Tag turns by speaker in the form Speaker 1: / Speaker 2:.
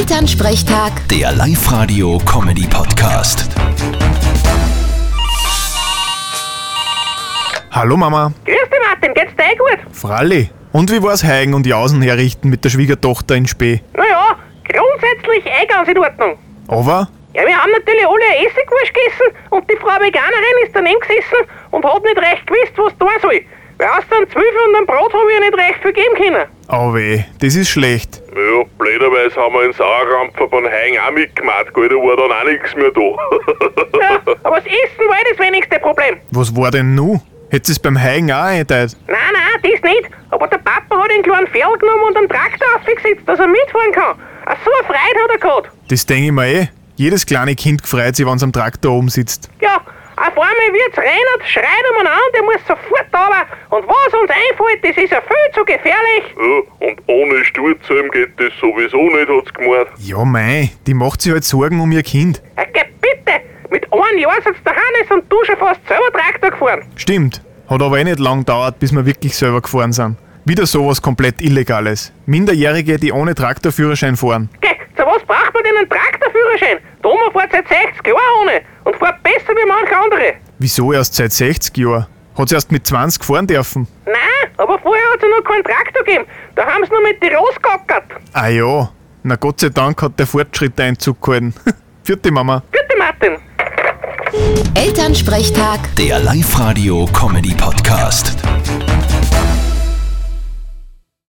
Speaker 1: Elternsprechtag,
Speaker 2: Der Live-Radio-Comedy-Podcast.
Speaker 3: Hallo Mama.
Speaker 4: Grüß dich, Martin, geht's dir eh gut?
Speaker 3: Fralli. Und wie war's Heigen und Jausen herrichten mit der Schwiegertochter in Spee?
Speaker 4: Naja, grundsätzlich eh ganz in Ordnung.
Speaker 3: Aber?
Speaker 4: Ja, wir haben natürlich alle eine Essigwurst gegessen und die Frau Veganerin ist daneben gesessen und hat nicht recht gewusst, was da soll. Weil aus den Zwölfen und dem Brot haben wir ihr nicht recht viel geben können.
Speaker 3: Oh weh, das ist schlecht.
Speaker 5: Ja, blöderweise haben wir in Sauerrampfer von Hain auch mitgemacht, gell, da war dann auch nichts mehr
Speaker 4: Ja,
Speaker 5: da.
Speaker 4: aber das Essen war eh das wenigste Problem.
Speaker 3: Was war denn nu? Hätt's es beim Heigen auch einteilt?
Speaker 4: Nein, nein, das nicht. Aber der Papa hat einen kleinen Pferd genommen und einen Traktor aufgesetzt, dass er mitfahren kann. Ach, so eine Freude hat er gehabt.
Speaker 3: Das denk ich mir eh. Jedes kleine Kind freut sich, wenn's am Traktor oben sitzt.
Speaker 4: Ja, auf einmal wird's reinert, schreit um einen an, der muss sofort runter. Und was uns einfällt, das ist ja viel zu gefährlich.
Speaker 5: ja, und ohne Sturzhelm geht das sowieso nicht, hat's gemeint.
Speaker 3: Ja mei, die macht sich halt Sorgen um ihr Kind.
Speaker 4: Ja, Äh, geh bitte! Mit einem Jahr sitzt der Hannes und du schon fast selber Traktor gefahren.
Speaker 3: Stimmt. Hat aber eh nicht lang gedauert, bis wir wirklich selber gefahren sind. Wieder sowas komplett Illegales. Minderjährige, die ohne Traktorführerschein fahren.
Speaker 4: Geh, zu was braucht man denn einen Traktorführerschein? Die Oma fährt seit 60 Jahren ohne und fährt besser wie manche andere.
Speaker 3: Wieso erst seit 60 Jahren? Hat's erst mit 20 fahren dürfen?
Speaker 4: Nein, aber vorher hat es noch keinen Traktor gegeben. Da haben sie nur mit die Ross gackert.
Speaker 3: Ah ja, na Gott sei Dank hat der Fortschritt Einzug gehalten. Vierte Mama.
Speaker 4: Bitte, Martin.
Speaker 1: Elternsprechtag.
Speaker 2: Der Live-Radio-Comedy-Podcast.